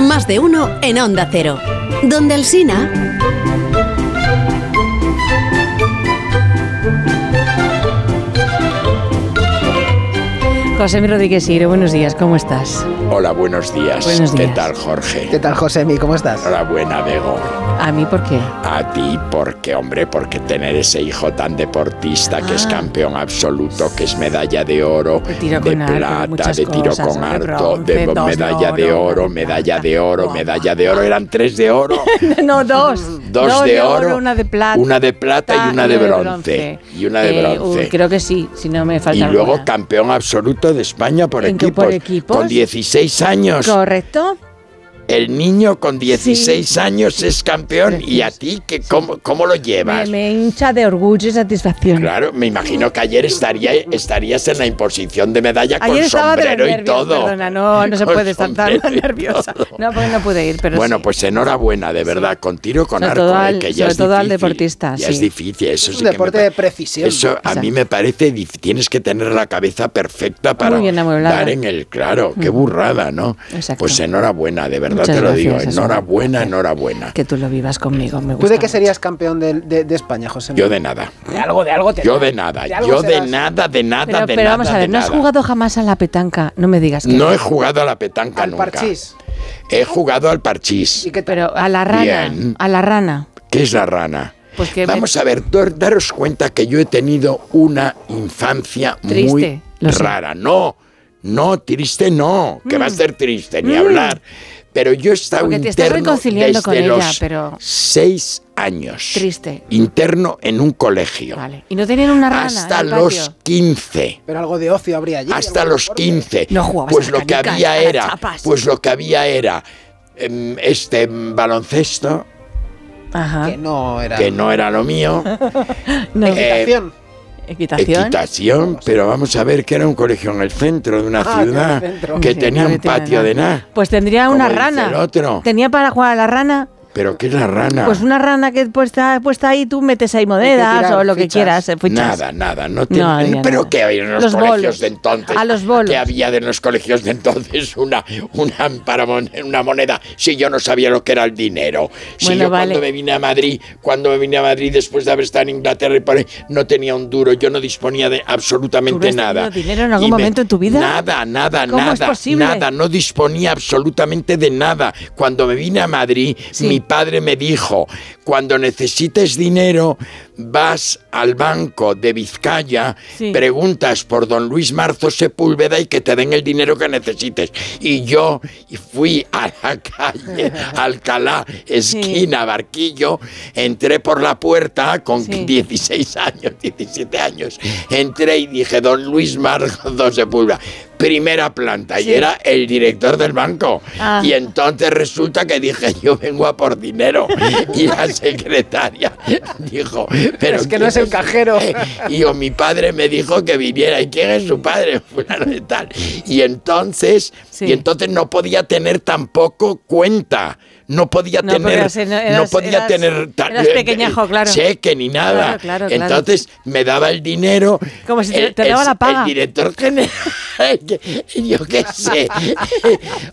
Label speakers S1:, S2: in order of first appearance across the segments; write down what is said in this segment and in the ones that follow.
S1: más de uno en Onda Cero. Donde Alsina.
S2: José Rodríguez Iro, buenos días, ¿cómo estás?
S3: Hola, buenos días.
S2: Buenos
S3: ¿Qué
S2: días.
S3: tal, Jorge?
S4: ¿Qué tal, Josemi? ¿Cómo estás?
S3: Enhorabuena, Bego.
S2: ¿A mí por qué?
S3: A ti, porque, hombre, porque tener ese hijo tan deportista que es
S2: Ah.
S3: campeón absoluto, que es medalla de oro,
S2: De tiro
S3: de
S2: con arco, de
S3: plata,
S2: muchas
S3: de tiro
S2: cosas,
S3: con
S2: de
S3: harto,
S2: bronce,
S3: de
S2: dos de
S3: medalla de
S2: oro,
S3: oro,
S2: guau,
S3: medalla de oro,
S2: guau.
S3: medalla de oro, eran tres de oro.
S2: no, dos.
S3: Dos de oro,
S2: una de plata. Ah,
S3: una de plata y una de bronce, y una de
S2: Eh,
S3: bronce.
S2: uy, creo que sí, si no me
S3: Y
S2: falta
S3: luego
S2: alguna.
S3: campeón absoluto de España por
S2: ¿En qué-
S3: equipos,
S2: por equipos?
S3: Con 16 años.
S2: ¿Correcto?
S3: El niño con 16 años es campeón. ¿Y a ti que cómo, cómo lo
S2: Me,
S3: llevas?
S2: me hincha de orgullo y satisfacción.
S3: Claro, me imagino que ayer estaría, estarías en la imposición de medalla
S2: Ayer
S3: con
S2: estaba de los
S3: sombrero y
S2: nervios,
S3: todo.
S2: perdona, no, no se
S3: Con
S2: puede estar tan
S3: sombrero y
S2: nerviosa.
S3: todo.
S2: No, porque no pude ir, pero
S3: bueno,
S2: sí.
S3: pues enhorabuena, de verdad, con tiro con
S2: Sobre
S3: arco,
S2: todo
S3: eh,
S2: al-
S3: que ya
S2: sobre
S3: es
S2: todo al
S3: difícil,
S2: deportista,
S3: Ya
S2: sí.
S3: es difícil, eso
S4: Es
S3: sí
S4: un
S3: que me
S4: deporte
S3: pa-
S4: de precisión.
S3: Eso a
S2: Exacto.
S3: mí me parece, dif- tienes que tener la cabeza perfecta para
S2: Muy bien amueblada. Mm.
S3: dar en el claro, qué burrada, ¿no?
S2: Exacto.
S3: Pues enhorabuena, de verdad
S2: Muchas
S3: te lo
S2: gracias,
S3: digo,
S2: es un
S3: enhorabuena,
S2: placer.
S3: enhorabuena.
S2: Que tú lo vivas conmigo, me
S4: ¿Tú
S2: gusta.
S4: de qué
S2: mucho.
S4: serías campeón de, de- de España, Josemi?
S3: Yo de nada.
S4: De algo, de algo. te-
S3: Yo de nada,
S4: de algo
S3: yo de
S4: serás.
S3: nada, de nada,
S2: Pero,
S3: de
S2: pero
S3: nada.
S2: vamos a
S3: de
S2: ver, ¿no has
S3: nada.
S2: jugado jamás a la petanca? No me digas que
S3: No he jugado a la petanca
S4: Al
S3: nunca.
S4: parchís.
S3: He jugado al parchís.
S4: ¿Y qué tal?
S2: Pero a la rana,
S3: Bien.
S2: a la rana.
S3: ¿Qué es la rana?
S2: Pues que me-
S3: Vamos a ver, dar- daros cuenta que yo he tenido una infancia
S2: Triste,
S3: muy
S2: lo sé. Mm.
S3: rara. No, no, triste no, que va a ser triste, ni hablar. Pero yo he estado
S2: Porque te estás
S3: interno
S2: reconciliando
S3: desde
S2: con ella,
S3: los
S2: pero-
S3: seis años.
S2: Triste.
S3: Interno en un colegio.
S2: Vale. ¿Y no tenían una rana
S3: hasta
S2: en el
S3: los
S2: patio?
S3: 15.
S4: Pero algo de ocio habría allí.
S3: hasta
S4: algo de
S3: los
S4: deporte.
S3: 15.
S2: No jugabas
S3: pues
S2: a
S3: lo
S2: las
S3: que
S2: canicas,
S3: había
S2: a las
S3: era,
S2: chapas.
S3: pues lo que había era em, este mm, baloncesto
S2: Ajá.
S4: Que no era.
S3: que no eh, era lo mío,
S2: No.
S3: Eh,
S4: Equitación.
S2: Equitación.
S3: equitación, pero vamos a ver que era un colegio en el centro de una
S4: Ah, en el
S3: ciudad
S4: centro.
S3: que
S2: Sí,
S3: tenía
S2: no
S3: un
S2: tiene
S3: patio de nada.
S2: Pues tendría
S3: Como
S2: una
S3: dice
S2: rana.
S3: el otro.
S2: Tenía para jugar a la rana.
S3: Pero qué es la rana?
S2: Pues una rana que puesta, puesta ahí, tú metes ahí
S4: Hay que
S2: monedas
S4: tirar
S2: o lo que
S4: fichas.
S2: quieras. eh, fichas.
S3: Nada, nada, no,
S2: No
S3: tenía-
S2: había
S3: pero
S2: nada.
S3: que había en los,
S2: Los
S3: colegios
S2: bolos.
S3: de entonces.
S2: A los bolos.
S3: Que había de los colegios de entonces una una, para mon- una moneda si yo no sabía lo que era el dinero. Si
S2: Bueno,
S3: yo cuando
S2: vale.
S3: me vine a Madrid, cuando me vine a Madrid después de haber estado en Inglaterra y por ahí, no tenía un duro, yo no disponía de absolutamente
S2: ¿Tú no has
S3: nada.
S2: tenido dinero en algún
S3: Y
S2: momento en tu vida?
S3: Nada, nada,
S2: ¿Cómo
S3: nada.
S2: es posible?
S3: Nada, no disponía absolutamente de nada. Cuando me vine a Madrid,
S2: Sí.
S3: mi padre me dijo, cuando necesites dinero, vas al banco de Vizcaya,
S2: Sí.
S3: preguntas por don Luis Marzo Sepúlveda y que te den el dinero que necesites. Y yo fui a la calle Alcalá, esquina Barquillo, entré por la puerta con
S2: Sí.
S3: 16 años, 17 años. Entré y dije, don Luis Marzo Sepúlveda. Primera planta, y
S2: Sí.
S3: era el director del banco.
S2: Ah.
S3: Y entonces resulta que dije, yo vengo a por dinero. Y la secretaria dijo, pero
S4: Es que
S3: ¿quién
S4: no es el cajero.
S3: Eh, Y yo, mi padre me dijo que viniera. ¿Y quién es su padre? Fulano de tal. Y entonces,
S2: Sí.
S3: y entonces no podía tener tampoco cuenta. No podía
S2: No, porque
S3: tener,
S2: eras- eras-
S3: no podía
S2: eras-
S3: tener ta-
S2: eras
S3: eh,
S2: pequeñajo, claro.
S3: cheque ni nada.
S2: Claro, claro, claro.
S3: Entonces me daba el dinero.
S2: Como si te-
S3: el-
S2: te
S3: el-
S2: daba la paga.
S3: el director general, que- yo qué sé.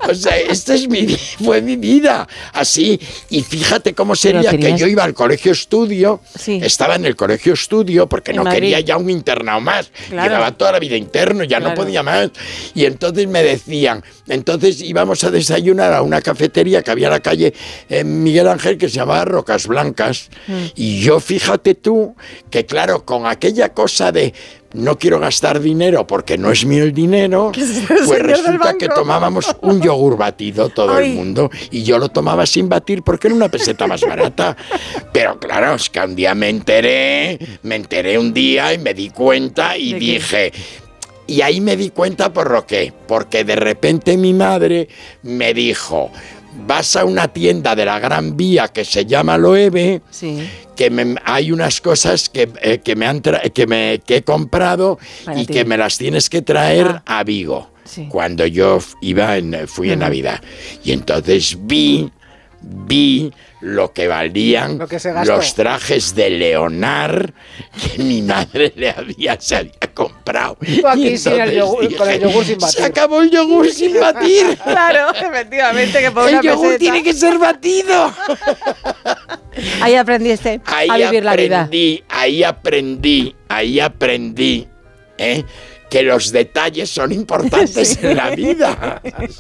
S3: O sea, esta es mi, vi- fue mi vida, así. Y fíjate cómo sería que
S2: tenías-
S3: yo iba al colegio estudio,
S2: Sí.
S3: estaba en el colegio estudio porque
S2: En
S3: no quería
S2: Madrid.
S3: ya un internado más.
S2: Claro.
S3: Llevaba toda la vida interno, ya no
S2: Claro.
S3: podía más. Y entonces me decían, entonces íbamos a desayunar a una cafetería que había en la calle eh, Miguel Ángel que se llamaba Rocas Blancas.
S2: Mm.
S3: Y yo fíjate tú que claro, con aquella cosa de no quiero gastar dinero porque no es mío el dinero, pues resulta que tomábamos un yogur batido todo el
S2: Ay.
S3: mundo y yo lo tomaba sin batir porque era una peseta más barata. Pero claro, es que un día me enteré, me enteré un día y me di cuenta y
S2: ¿De qué?
S3: dije... Y ahí me di cuenta por lo que, porque de repente mi madre me dijo, vas a una tienda de la Gran Vía que se llama Loewe,
S2: Sí.
S3: que me- hay unas cosas que, eh, que me han tra- que, me, que he comprado
S2: Para
S3: y
S2: ti.
S3: que me las tienes que traer
S2: Ah.
S3: a Vigo.
S2: Sí.
S3: eh, Cuando yo f- iba en, fui en Navidad. Y entonces vi vi lo que valían
S4: Lo que se gastó.
S3: los trajes de Leonar que mi madre le había, se había comprado.
S4: Tú aquí sin el yogur- con el yogur sin
S3: Se
S4: batir".
S3: acabó el yogur sin batir.
S2: Claro, efectivamente, que por
S3: el
S2: una
S3: yogur
S2: peseta.
S3: tiene que ser batido.
S2: Ahí aprendiste
S3: Ahí
S2: a vivir
S3: aprendí,
S2: la vida.
S3: ahí aprendí, ahí aprendí, ¿eh? que los detalles son importantes en la vida. ¿sabes?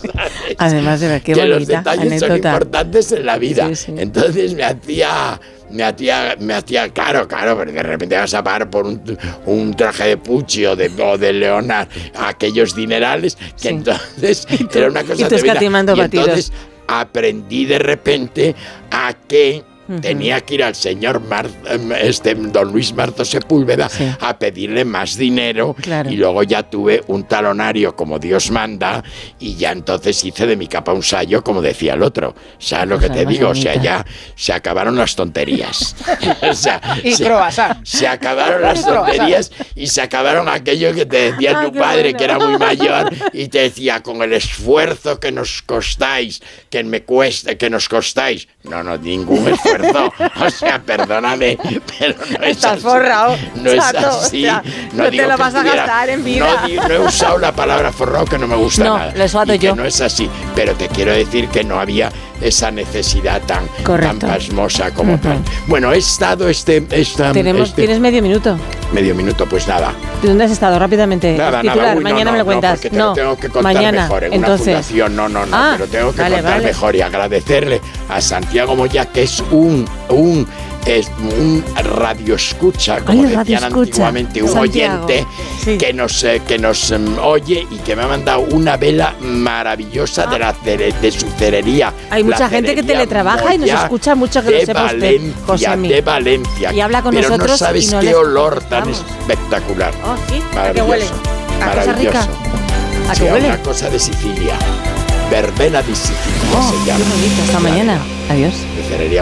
S2: Además de ver qué
S3: que los
S2: bonita
S3: detalles son
S2: anécdota.
S3: importantes en la vida.
S2: Sí, sí.
S3: Entonces me hacía, me hacía, me hacía, claro, claro, porque de repente vas a pagar por un, un traje de Pucci o de, o de Leonard, aquellos dinerales, que
S2: Sí.
S3: entonces era una cosa
S2: y tú
S3: tremenda.
S2: escatimando
S3: Y entonces
S2: batidos.
S3: aprendí de repente a que tenía que ir al señor Mar- em, este, don Luis Marto Sepúlveda
S2: Sí.
S3: a pedirle más dinero
S2: Claro.
S3: y luego ya tuve un talonario como Dios manda y ya entonces hice de mi capa un sayo como decía el otro. ¿Sabes lo que
S2: Cosa Pues
S3: te
S2: más
S3: digo? O sea,
S2: bonita.
S3: ya se acabaron las tonterías. O sea,
S4: Y
S3: se-
S4: croissant.
S3: se acabaron las
S4: Pero, o sea-
S3: tonterías y se acabaron aquello que te decía
S2: Ay,
S3: tu
S2: Ah, qué
S3: padre,
S2: bueno.
S3: que era muy mayor, y te decía, con el esfuerzo que nos costáis, que me cueste, que nos costáis. No, no, ningún esfuerzo. O sea, perdóname, pero no es
S2: Estás
S3: así.
S2: forrado,
S3: No es
S2: chato, o
S3: así.
S2: sea, no te
S3: digo
S2: lo
S3: que
S2: vas a
S3: estuviera-
S2: gastar en vida.
S3: No, di- no he usado la palabra forrado, que no me gusta
S2: No,
S3: nada.
S2: lo he usado
S3: y que
S2: yo.
S3: no es así, pero te quiero decir que no había esa necesidad tan, tan
S2: Correcto.
S3: pasmosa como tal. Bueno, he estado este... esta-
S2: Tenemos,
S3: este-
S2: Tienes medio minuto.
S3: Medio minuto, pues nada.
S2: ¿De dónde has estado? Rápidamente.
S3: Nada,
S2: Titular,
S3: nada. Uy, no,
S2: mañana
S3: no,
S2: me lo
S3: no,
S2: cuentas.
S3: porque te lo tengo que contar
S2: mañana.
S3: mejor en
S2: Entonces,
S3: una fundación. No, no, no,
S2: Ah,
S3: pero tengo que
S2: vale,
S3: contar
S2: vale.
S3: mejor y agradecerle a Santiago Moya, que es un, un, es un radio escucha, como
S2: Ay,
S3: decían
S2: radioescucha,
S3: antiguamente, un
S2: Santiago.
S3: oyente
S2: Sí.
S3: que nos, eh, que nos em, oye y que me ha mandado una vela maravillosa de, la cere- de su cerería.
S2: Hay
S3: la
S2: mucha gente que
S3: cerería
S2: teletrabaja y nos
S3: Moya
S2: escucha mucho, que lo
S3: de
S2: sepa usted,
S3: Valencia,
S2: Josemi.
S3: De Valencia.
S2: Y habla con
S3: pero no
S2: nosotros y
S3: sabes
S2: no
S3: qué
S2: les
S3: olor tan
S2: contestamos.
S3: espectacular.
S2: Oh, sí. ¿A qué
S3: Maravilloso.
S2: huele? ¿A cosa
S3: maravilloso.
S2: rica? ¿A
S3: Sí,
S2: qué huele?
S3: una cosa de Sicilia. Verbena de Sicilia
S2: Oh,
S3: se
S2: qué
S3: llama.
S2: bonito. Hasta mañana. Adiós.
S3: De cerería